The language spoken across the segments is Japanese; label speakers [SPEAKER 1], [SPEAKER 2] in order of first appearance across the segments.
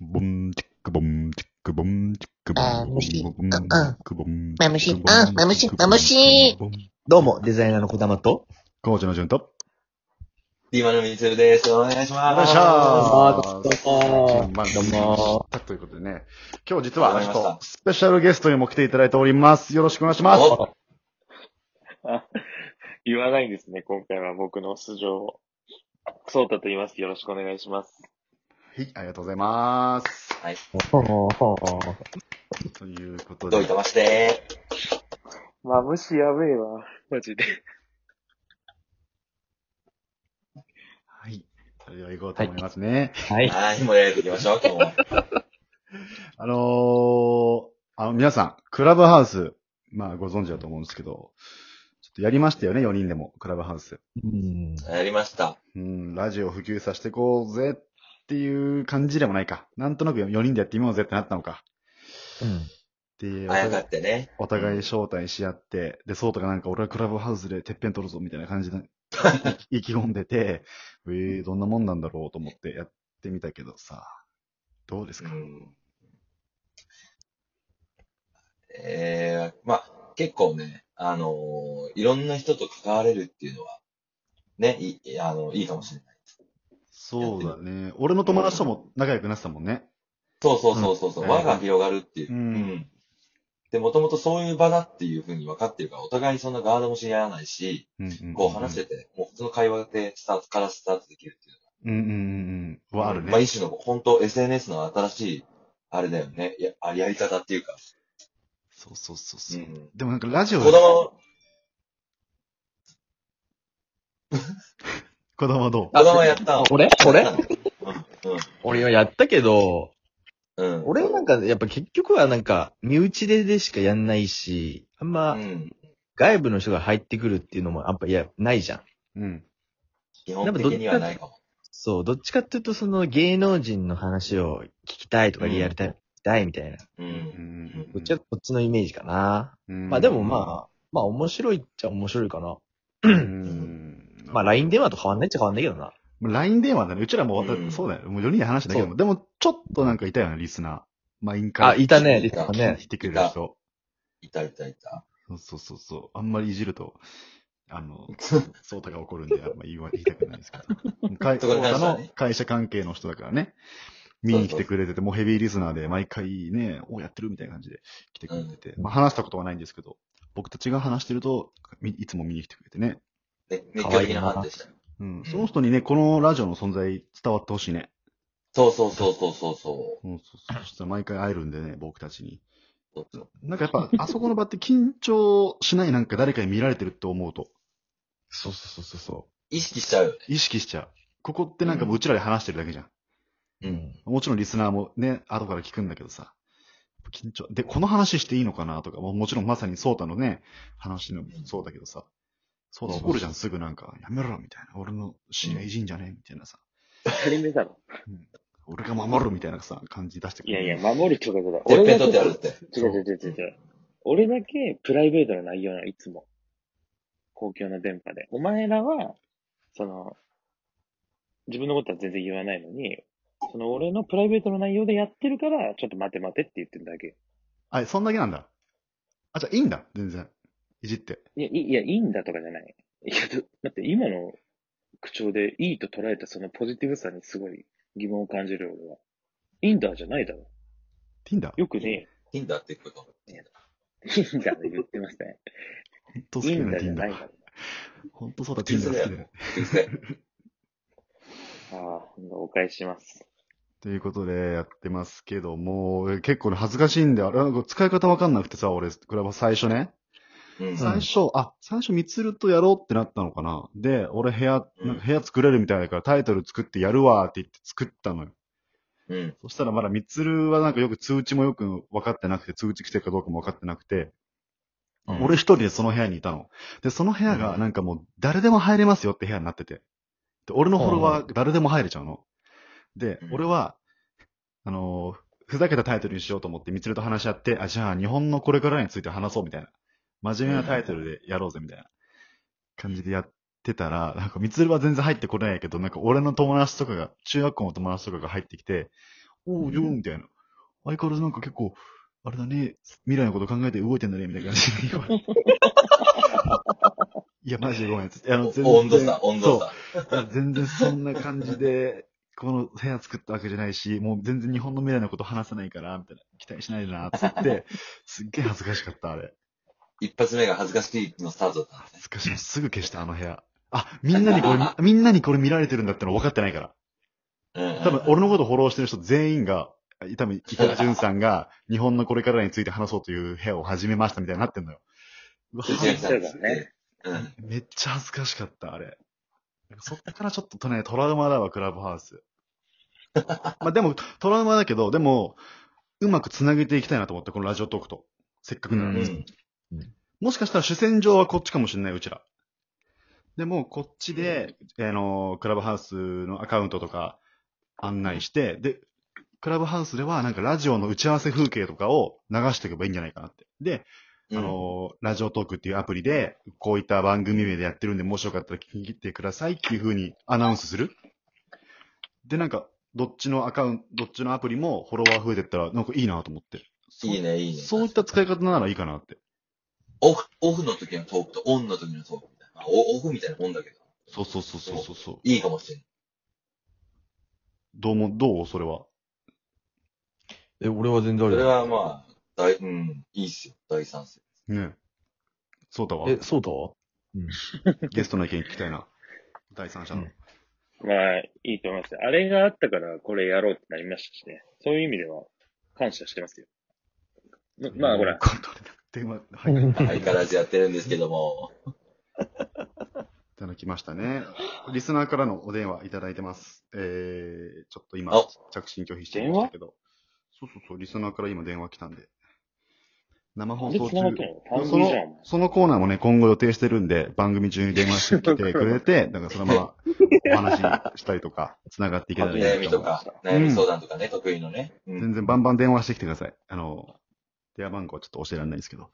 [SPEAKER 1] ボンチックボンチックボンチックボン。
[SPEAKER 2] あー虫
[SPEAKER 1] ボンボン
[SPEAKER 2] うんうん
[SPEAKER 1] ボンチックボン
[SPEAKER 2] マムシ
[SPEAKER 1] チックボン
[SPEAKER 2] うんマムシ
[SPEAKER 1] チックボン
[SPEAKER 2] マムシ
[SPEAKER 1] ボンボン
[SPEAKER 3] どうも、デザイナーのこだまと。
[SPEAKER 1] コーチの順と。
[SPEAKER 4] 今のみつるです。お願いします。
[SPEAKER 1] よいし
[SPEAKER 3] あ
[SPEAKER 1] ょ
[SPEAKER 3] どうも
[SPEAKER 1] まあ、
[SPEAKER 3] どうも。
[SPEAKER 1] ということでね、今日実は、ちょっ
[SPEAKER 4] わかり
[SPEAKER 1] と
[SPEAKER 4] ま、
[SPEAKER 1] スペシャルゲストにも来ていただいております。よろしくお願いします。
[SPEAKER 4] お
[SPEAKER 5] あ言わないんですね、今回は僕の素性を。そうたと言います。よろしくお願いします。
[SPEAKER 1] はい、ありがとうございます。
[SPEAKER 4] はい。
[SPEAKER 1] ということ
[SPEAKER 4] どうい
[SPEAKER 1] で
[SPEAKER 4] た、まして。
[SPEAKER 5] まあ、無視やべえわ。マジで。
[SPEAKER 1] はい。それでは行こうと思いますね。
[SPEAKER 3] はい。
[SPEAKER 4] はい。盛り上げていきましょう、今日も。
[SPEAKER 1] あのー、あの、皆さん、クラブハウス、まあご存知だと思うんですけど、ちょっとやりましたよね、4人でも、クラブハウス。
[SPEAKER 3] うん。
[SPEAKER 4] やりました。
[SPEAKER 1] うん、ラジオ普及させてこうぜっていう感じでもないか。なんとなく4人でやってみようぜってなったのか。っていう、
[SPEAKER 4] あやかってね。
[SPEAKER 1] お互い招待し合って、で、そうとかなんか俺はクラブハウスでてっぺん取るぞみたいな感 じで、意気込んでて、えー、どんなもんなんだろうと思ってやってみたけどさ、どうです
[SPEAKER 4] う
[SPEAKER 1] か、
[SPEAKER 4] ん。えー、まあ、結構ね、あのーいろんな人と関われるっていうのは、ね、いい、あの、いいかもしれない。
[SPEAKER 1] そうだね。俺の友達とも仲良くなってたもんね。
[SPEAKER 4] そうそうそうそう、そううん輪が広がるってい
[SPEAKER 1] う
[SPEAKER 4] う。うんん。で、もともとそういう場だっていうふうに分かってるから、お互いそんなガードも知り合わないし、
[SPEAKER 1] うんうん
[SPEAKER 4] こう話してて、もう普通の会話でスタートからスタートできるっていう。
[SPEAKER 1] うんうんうんうん。はあるね。
[SPEAKER 4] まあ一種の、本当 SNS の新しい、あれだよね。や、あやり方っていうか。
[SPEAKER 1] そうそうそうそう、
[SPEAKER 4] うん
[SPEAKER 1] でもなんかラジオ
[SPEAKER 4] 子供、
[SPEAKER 1] 子供はど
[SPEAKER 4] 子供やったの。
[SPEAKER 3] 俺俺俺はやったけど、
[SPEAKER 4] うん。うん。
[SPEAKER 3] 俺なんか、やっぱ結局はなんか、身内ででしかやんないし、あん
[SPEAKER 4] う
[SPEAKER 3] ま
[SPEAKER 4] ん。
[SPEAKER 3] 外部の人が入ってくるっていうのも、やっぱ、いや、ないじゃん。
[SPEAKER 1] ううん。
[SPEAKER 4] 基本的にはないかも。
[SPEAKER 3] そう、どっちかっていうと、その芸能人の話を聞きたいとか、
[SPEAKER 4] うん
[SPEAKER 3] リアルタイム聞きたいみたいな。
[SPEAKER 4] う
[SPEAKER 1] うん
[SPEAKER 4] ん。
[SPEAKER 3] どっちかこっちのイメージかな。
[SPEAKER 1] うん
[SPEAKER 3] まあでもまあ、まあ面白いっちゃ面白いかな。
[SPEAKER 1] あ、うん。
[SPEAKER 3] まあ LINE 電話と変わんないっちゃ変わんないけどな。
[SPEAKER 1] もう LINE 電話だね。うちらもわた、
[SPEAKER 4] うん
[SPEAKER 1] そうだよ。もう4人で話しただけど、
[SPEAKER 3] そ
[SPEAKER 1] でもちょっとなんかいたよね、リスナー。まあ、インカ
[SPEAKER 3] あ、いたね、
[SPEAKER 4] い
[SPEAKER 3] い
[SPEAKER 4] た
[SPEAKER 3] た
[SPEAKER 1] ね
[SPEAKER 3] ね。
[SPEAKER 1] 来てくれる人。
[SPEAKER 4] いたいたいた。
[SPEAKER 1] そうそうそうそう。あんまりいじると、あの、そうたが怒るんで、あんま言わ言いたくないですけど。会
[SPEAKER 4] そこ
[SPEAKER 1] そう
[SPEAKER 4] に関しては
[SPEAKER 1] た
[SPEAKER 4] ね
[SPEAKER 1] の会社関係の人だからね。見に来てくれてて、もうヘビーリスナーで毎回ね、おやってるみたいな感じで来てくれてて、まあ話したことはないんですけど、僕たちが話してると、みいつも見に来てくれてね。
[SPEAKER 4] ね、熱狂的なファンでした。
[SPEAKER 1] うん。その人にね、このラジオの存在伝わってほしいね。
[SPEAKER 4] そうそうそうそうそうそ
[SPEAKER 1] うん、そうそう。そしたら毎回会えるんでね、僕たちに。
[SPEAKER 4] う。そうそう
[SPEAKER 1] なんかやっぱ、 あそこの場って緊張しないなんか誰かに見られてるって思うと、
[SPEAKER 3] そうそうそうそ
[SPEAKER 4] 意識しちゃうよね。
[SPEAKER 1] 意識しちゃう。ここってなんかもううちらで話してるだけじゃん。
[SPEAKER 3] う。うん。
[SPEAKER 1] もちろんリスナーもね、後から聞くんだけどさ。緊張。で、この話していいのかなとか、もうもちろんまさにソータのね、話の、そうだけどさ。ソータ怒るじゃん、すぐなんか、やめろみたいな。俺の知り合い人じゃねえみたいなさ。
[SPEAKER 5] 当たり前だろ。
[SPEAKER 1] 俺が守るみたいなさ、感じ出してく
[SPEAKER 5] い
[SPEAKER 1] る。
[SPEAKER 5] やいや、守るとかじゃない。
[SPEAKER 4] てっぺ
[SPEAKER 5] だ
[SPEAKER 4] ん取っ
[SPEAKER 5] け
[SPEAKER 4] てやるって。
[SPEAKER 5] 違う違う違う違う違う。俺だけプライベートの内容なの、いつも。公共の電波で。お前らは、その、自分のことは全然言わないのに、その俺のプライベートの内容でやってるから、ちょっと待て待てって言ってるだけ。
[SPEAKER 1] あ、そんだけなんだ。あ、じゃあいいんだ、全然。いじって。
[SPEAKER 5] いや、いいいや、いいんだとかじゃない。いや、だだって今の口調でいいと捉えたそのポジティブさにすごい疑問を感じるよ俺は。いいんだじゃないだろ。
[SPEAKER 1] いいんだ。
[SPEAKER 5] よくね、
[SPEAKER 4] いいんだってこと。
[SPEAKER 5] いいんだって言ってましたね。
[SPEAKER 1] ほんと好
[SPEAKER 5] い
[SPEAKER 1] き
[SPEAKER 5] い
[SPEAKER 1] だね、
[SPEAKER 5] んだ
[SPEAKER 1] ティ
[SPEAKER 5] じゃ
[SPEAKER 1] ンダ
[SPEAKER 5] ない
[SPEAKER 1] ー
[SPEAKER 5] だ。ろ。
[SPEAKER 1] ほんとそうだ、ティンダー好きだよ。
[SPEAKER 4] 癖
[SPEAKER 5] ああ、今度お返しします。
[SPEAKER 1] ということで、やってますけども、え結構ね、恥ずかしいんで、あれ、なんか使い方わかんなくてさ、俺、クラブ最初ね。
[SPEAKER 4] うん。
[SPEAKER 1] 最初、あ、最初、ミツルとやろうってなったのかな。で、俺部屋、
[SPEAKER 4] うん
[SPEAKER 1] なんか部屋作れるみたいだから、タイトル作ってやるわって言って作ったのよ。
[SPEAKER 4] うん。
[SPEAKER 1] そしたらまだミツルはなんかよく通知もよく分かってなくて、通知来てるかどうかも分かってなくて、
[SPEAKER 4] うん
[SPEAKER 1] 俺一人でその部屋にいたの。で、その部屋がなんかもう誰でも入れますよって部屋になってて。で、俺のフォロワー誰でも入れちゃうの。で
[SPEAKER 4] う、ん
[SPEAKER 1] 俺は、あのーふざけたタイトルにしようと思って、みつると話し合って、あ、じゃあ日本のこれからについて話そうみたいな。真面目なタイトルでやろうぜみたいな感じでやってたら、なんかみつるは全然入ってこれないけど、なんか俺の友達とかが、中学校の友達とかが入ってきて、おう、よ、みたいな。相変わらずなんか結構、あれだね、未来のこと考えて動いてんだね、みたいな感じで言 われて。いや、マジでごめん。あの、全然。
[SPEAKER 4] 温度差、温度差。
[SPEAKER 1] そういや全然そんな感じで、この部屋作ったわけじゃないし、もう全然日本の未来のこと話さないから、みたいな。期待しないでな、つって、すっげえ恥ずかしかった、あれ。
[SPEAKER 4] 一発目が恥ずかしいのスタートだったんですね。
[SPEAKER 1] 恥ずかしい。すぐ消した、あの部屋。あ、みんなにこれ、みんなにこれ見られてるんだっての分かってないから。
[SPEAKER 4] うんうん
[SPEAKER 1] 多分、俺のことフォローしてる人全員が、多分、池田淳さんが、日本のこれからについて話そうという部屋を始めましたみたいになってんのよ。うわ
[SPEAKER 4] そう
[SPEAKER 5] 違う違う
[SPEAKER 4] だうん。
[SPEAKER 1] めっちゃ恥ずかしかった、あれ。なんかそっからちょっとね、トラウマだわ、クラブハウ ス。まあでも、トラウマだけど、でも、うまく繋げていきたいなと思って、このラジオトークと。せっかくなら、
[SPEAKER 3] う
[SPEAKER 4] うんん。
[SPEAKER 1] もしかしたら主戦場はこっちかもしれない、うちら。でも、こっちで、あの、クラブハウスのアカウントとか案内して、で、クラブハウスではなんかラジオの打ち合わせ風景とかを流していけばいいんじゃないかなって。で、あの、ラジオトークっていうアプリで、こういった番組名でやってるんで、もしよかったら聞きに来てくださいっていう風にアナウンスする。で、なんか、どっちのアカウント、どっちのアプリもフォロワー増えてったら、なんかいいなと思って。そう
[SPEAKER 4] いいね、いいね。
[SPEAKER 1] そういった使い方ならいいかなって。
[SPEAKER 4] オフ、オフの時のトークとオンの時のトークみたいな。まあオオフみたいなもんだけど。
[SPEAKER 1] そうそうそうそうそうそう。
[SPEAKER 4] いいかもしれない。
[SPEAKER 1] どうも、どうそれは。
[SPEAKER 3] え、俺は全然あ
[SPEAKER 4] そ
[SPEAKER 3] れだ。
[SPEAKER 4] れはまあ、大、うん、いいっすよ。大賛成。
[SPEAKER 1] ねそうだわ。
[SPEAKER 3] え、そうだわ
[SPEAKER 1] ゲストの意見聞きたいな。第三者の。
[SPEAKER 3] うん
[SPEAKER 5] まあ、いいと思いますよ。あれがあったから、これやろうってなりましたしね。そういう意味では、感謝してますよ。ままあ、ほら、
[SPEAKER 1] これ取れなくて電話、はい。い
[SPEAKER 4] 相変わらずやってるんですけども。
[SPEAKER 1] ただきましたね。リスナーからのお電話いただいてます。えー、ちょっと今
[SPEAKER 4] あ、
[SPEAKER 1] 着信拒否してましたけど。そうそうそう、リスナーから今電話来たんで。生放送中
[SPEAKER 5] 繋がってんのファン
[SPEAKER 1] そ
[SPEAKER 5] 組
[SPEAKER 1] の
[SPEAKER 5] じゃん、お前、
[SPEAKER 1] そのコーナーもね、今後予定してるんで、番組中に電話してきてくれて、だからそのままお話ししたりとか、繋がっていけたらいいな
[SPEAKER 4] 悩み
[SPEAKER 1] と
[SPEAKER 4] と
[SPEAKER 1] 思います
[SPEAKER 4] か、悩み相談とかね、得意のね。うん。
[SPEAKER 1] 全然バンバン電話してきてください。あの、電話番号はちょっと教えられないです けど。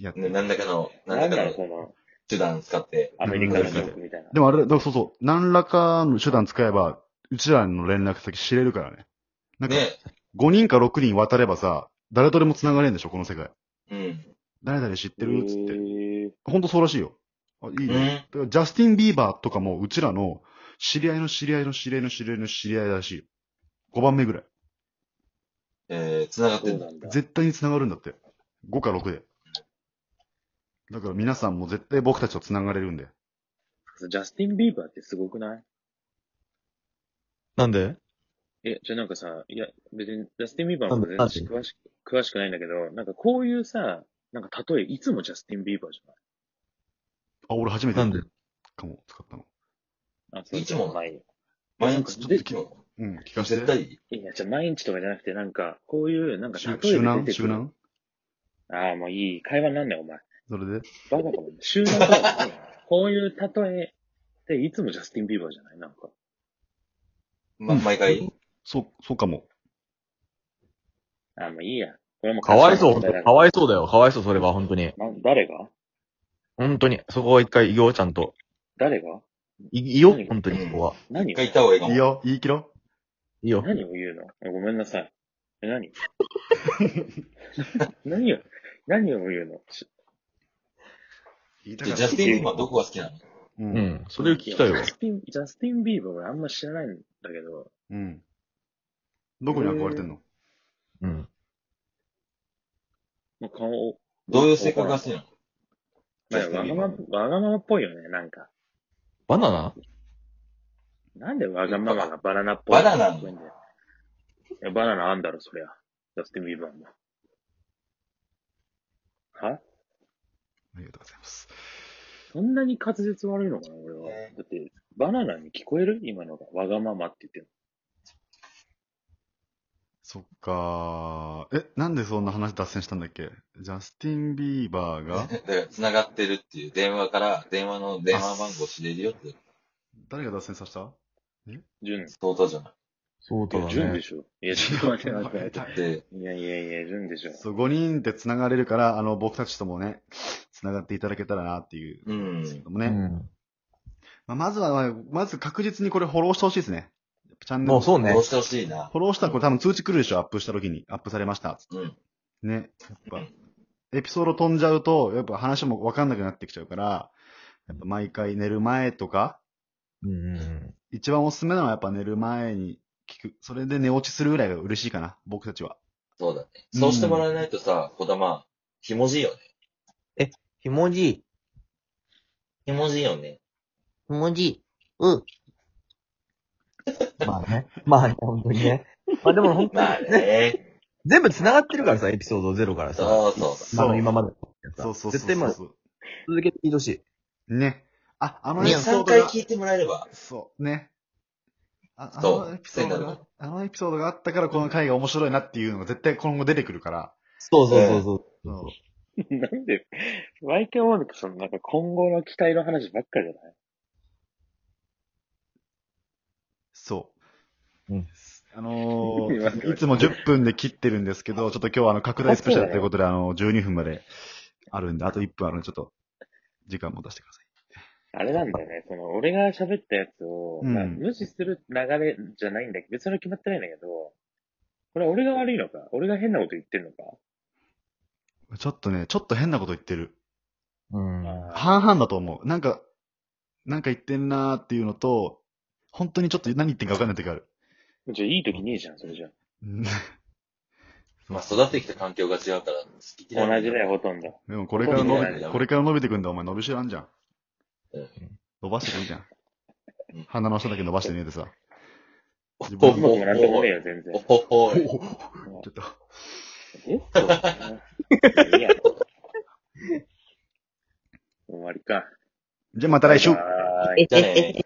[SPEAKER 1] いや、
[SPEAKER 4] ね何らかの、
[SPEAKER 5] な
[SPEAKER 4] 何
[SPEAKER 5] ん
[SPEAKER 4] ら
[SPEAKER 5] だ
[SPEAKER 4] か
[SPEAKER 5] ろう、
[SPEAKER 4] の
[SPEAKER 5] その、
[SPEAKER 4] 手段使って。
[SPEAKER 5] アメリカのジョークみたいな。
[SPEAKER 1] でもあれ、だからそうそう、何らかの手段使えば、うちらの連絡先知れるからね。なんか、
[SPEAKER 4] ね。
[SPEAKER 1] 5人か6人渡ればさ、誰とでも繋がれんでしょ、この世界。
[SPEAKER 4] うん。
[SPEAKER 1] 誰々知ってるっつって。
[SPEAKER 5] へー
[SPEAKER 1] ほんとそうらしいよ。あ、いいね。だからジャスティン・ビーバーとかも、うちらの知り合いの知り合いの知り合いの知り合いの知り合いらしいよ。5番目ぐらい。
[SPEAKER 4] えー、繋がって
[SPEAKER 5] そうん
[SPEAKER 4] だ
[SPEAKER 5] な。んだ。
[SPEAKER 1] 絶対に繋がるんだって。5か6で。だから皆さんも絶対僕たちと繋がれるんで。
[SPEAKER 5] ジャスティン・ビーバーってすごくない
[SPEAKER 3] なんで
[SPEAKER 5] え、じゃあなんかさ、いや、別に、ジャスティン・ビーバー
[SPEAKER 3] なん
[SPEAKER 5] も
[SPEAKER 3] で
[SPEAKER 5] 全
[SPEAKER 3] な
[SPEAKER 5] 然
[SPEAKER 3] んで
[SPEAKER 5] 詳しく、詳しくないんだけど、なんかこういうさ、なんか例え、いつもジャスティン・ビーバーじゃ
[SPEAKER 1] あ、俺初めて。
[SPEAKER 3] なんで
[SPEAKER 1] かも、使ったの。
[SPEAKER 5] ないあ、そう
[SPEAKER 4] いつも
[SPEAKER 5] ないよ。
[SPEAKER 4] 毎日ちょっと昨
[SPEAKER 1] うん、聞
[SPEAKER 4] 日、
[SPEAKER 1] かせ
[SPEAKER 4] 絶
[SPEAKER 1] て。
[SPEAKER 4] 対、
[SPEAKER 5] いや、じゃあ毎日とかじゃなくて、なんか、こういう、なんか例え
[SPEAKER 1] 集
[SPEAKER 5] で
[SPEAKER 1] 集
[SPEAKER 5] 出
[SPEAKER 1] 南
[SPEAKER 5] てく
[SPEAKER 1] 集
[SPEAKER 5] る。
[SPEAKER 1] 南
[SPEAKER 5] ああ、もういい。会話になんねん、お前。
[SPEAKER 1] それで
[SPEAKER 5] バカかも。集団と か、こういう例えって、いつもジャスティン・ビーバーじゃないなんか。
[SPEAKER 4] ま、毎回、
[SPEAKER 1] そう、そうかも。
[SPEAKER 5] ああ、もういいや。これはもう
[SPEAKER 3] かわいそう、
[SPEAKER 5] ほ
[SPEAKER 3] 本
[SPEAKER 5] ん
[SPEAKER 3] 当にかわいそうだよ。かわいそう、それは、本当に。
[SPEAKER 5] 誰が
[SPEAKER 3] 本当に。そこは一回言おう、ちゃんと。
[SPEAKER 5] 誰が
[SPEAKER 3] い、いいよ
[SPEAKER 5] 何、
[SPEAKER 3] 本当に、そこは。
[SPEAKER 5] 何
[SPEAKER 4] 一
[SPEAKER 5] を
[SPEAKER 4] 回行った方がいいか
[SPEAKER 1] いい
[SPEAKER 4] も。
[SPEAKER 1] よ、言い切ろ
[SPEAKER 3] いいよ。
[SPEAKER 5] 何を言うのえごめんなさい。え、 何何を、何を言うのし
[SPEAKER 1] う。言いた
[SPEAKER 4] じゃ
[SPEAKER 1] か
[SPEAKER 4] あ
[SPEAKER 1] った
[SPEAKER 4] ジャスティン・ビーバーどこが好きなの
[SPEAKER 1] う。
[SPEAKER 3] うんん。それを聞きたい
[SPEAKER 5] ジ
[SPEAKER 3] わ
[SPEAKER 5] ャ。スティン、ジャスティン・ビーバー俺あんま知らないんだけど、
[SPEAKER 1] うん。どこに憧れてんの
[SPEAKER 3] うん。
[SPEAKER 5] まあ、顔、
[SPEAKER 4] どういう性格が好きなの
[SPEAKER 5] まあ、わがまま、わがままっぽいよね、なんか。
[SPEAKER 3] バナナ
[SPEAKER 5] なんでわがままがバナナっぽ
[SPEAKER 4] バ
[SPEAKER 5] い
[SPEAKER 4] ナナ
[SPEAKER 5] っぽいんだよいやバナナあんだろ、そりゃ。ジャスティン・ビーバーも。は
[SPEAKER 1] ありがとうございます。
[SPEAKER 5] そんなに滑舌悪いのかな、俺は。
[SPEAKER 4] ね、
[SPEAKER 5] だって、バナナに聞こえる今のが。わがままって言ってる。
[SPEAKER 1] そっかー。え、なんでそんな話脱線したんだっけジャスティン・ビーバー が
[SPEAKER 4] だから、繋がってるっていう、電話から、電話の電話番号知れるよって、
[SPEAKER 1] 誰が脱線させた
[SPEAKER 5] 純。
[SPEAKER 4] 相当じゃな
[SPEAKER 3] そうだ
[SPEAKER 5] いや、純で
[SPEAKER 3] ね。
[SPEAKER 5] しょ。いや、ちょっと待って待って待って。
[SPEAKER 4] い。で、
[SPEAKER 5] いやいやいや、純でしょ。
[SPEAKER 1] そう、5人で繋がれるから、あの、僕たちともね、繋がっていただけたらなっていう。
[SPEAKER 4] う
[SPEAKER 1] ですけ
[SPEAKER 4] ん。
[SPEAKER 1] ども
[SPEAKER 3] う
[SPEAKER 1] ね。
[SPEAKER 3] ん。
[SPEAKER 1] まあ、まずは、まず確実にこれフォローしてほしいですね。チャンネル。
[SPEAKER 3] もうそうね
[SPEAKER 4] どう。してほしいな。
[SPEAKER 1] フォローしたらこれ多分通知来るでしょ、アップした時に。アップされました。
[SPEAKER 4] うん。
[SPEAKER 1] ね。やっぱ、エピソード飛んじゃうと、やっぱ話もわかんなくなってきちゃうから、やっぱ毎回寝る前とか、
[SPEAKER 3] うんうんうん。
[SPEAKER 1] 一番おすすめなのはやっぱ寝る前に聞く。それで寝落ちするぐらいが嬉しいかな、僕たちは。
[SPEAKER 4] そうだね。そうしてもらえないとさ、こだま、ひもじいよね。
[SPEAKER 3] ひもじい。
[SPEAKER 4] ひもじいよね。
[SPEAKER 3] ひもじい。うん。まあね。まあね、本当にね。まあでも本当に
[SPEAKER 4] まあね。
[SPEAKER 3] 全部繋がってるからさ、エピソード0からさ。
[SPEAKER 4] そうそうそう。
[SPEAKER 3] まあ今まで。
[SPEAKER 1] そうそうそうそう。
[SPEAKER 3] 絶対まあ続けていいとしい。
[SPEAKER 1] ね。あ、あのエ
[SPEAKER 4] 2、
[SPEAKER 1] ピソードが
[SPEAKER 4] 3回聞いてもらえれば。
[SPEAKER 1] そう、ね。ああ
[SPEAKER 4] そう
[SPEAKER 1] のエピソード
[SPEAKER 4] そうな
[SPEAKER 1] が
[SPEAKER 4] の、
[SPEAKER 1] あのエピソードがあったからこの回が面白いなっていうのが絶対今後出てくるから。
[SPEAKER 3] そうそうそうそう。
[SPEAKER 1] そう
[SPEAKER 5] なんで、毎回思うのか、その、なんか今後の期待の話ばっかりじゃない
[SPEAKER 1] そう。
[SPEAKER 3] うん
[SPEAKER 1] あの
[SPEAKER 5] わかる
[SPEAKER 1] ー、いつも10分で切ってるんですけど、ちょっと今日はあの拡大スペシャルということで、あの、12分まであるんで、あと1分あるんで、ちょっと、時間も出してください。
[SPEAKER 5] あれなんだよね、その、俺が喋ったやつを、
[SPEAKER 1] うん
[SPEAKER 5] まあ、無視する流れじゃないんだけど、別に決まってないんだけど、これは俺が悪いのか俺が変なこと言ってんのか
[SPEAKER 1] ちょっとね、ちょっと変なこと言ってる。
[SPEAKER 3] うん。
[SPEAKER 5] あ
[SPEAKER 1] 半々だと思う。なんか、なんか言ってんなーっていうのと、本当にちょっと何言ってんか分かんない時ある。
[SPEAKER 5] ーじゃあいい時ねえじゃん、それじゃ。
[SPEAKER 1] うん
[SPEAKER 4] まあ育ってきた環境が違うから、好き嫌い。
[SPEAKER 5] 同じだよ、。ほとんど。
[SPEAKER 1] でもこれから伸
[SPEAKER 5] そう
[SPEAKER 1] び
[SPEAKER 4] ね
[SPEAKER 1] て、これから伸びてくんだ、お前伸びしろあんじゃん
[SPEAKER 4] うん。
[SPEAKER 1] 伸ばしてくんじゃん
[SPEAKER 4] うん。
[SPEAKER 1] 鼻の下だけ伸ばしてねえでさ。
[SPEAKER 4] お
[SPEAKER 1] 自分
[SPEAKER 5] 今もなんともねえよ、全然。
[SPEAKER 4] ほほ
[SPEAKER 1] お
[SPEAKER 4] い。
[SPEAKER 1] おちょっと。
[SPEAKER 5] えそうだね いや終わりか。
[SPEAKER 1] じゃあまた来週
[SPEAKER 5] バイバイ
[SPEAKER 4] じゃあね。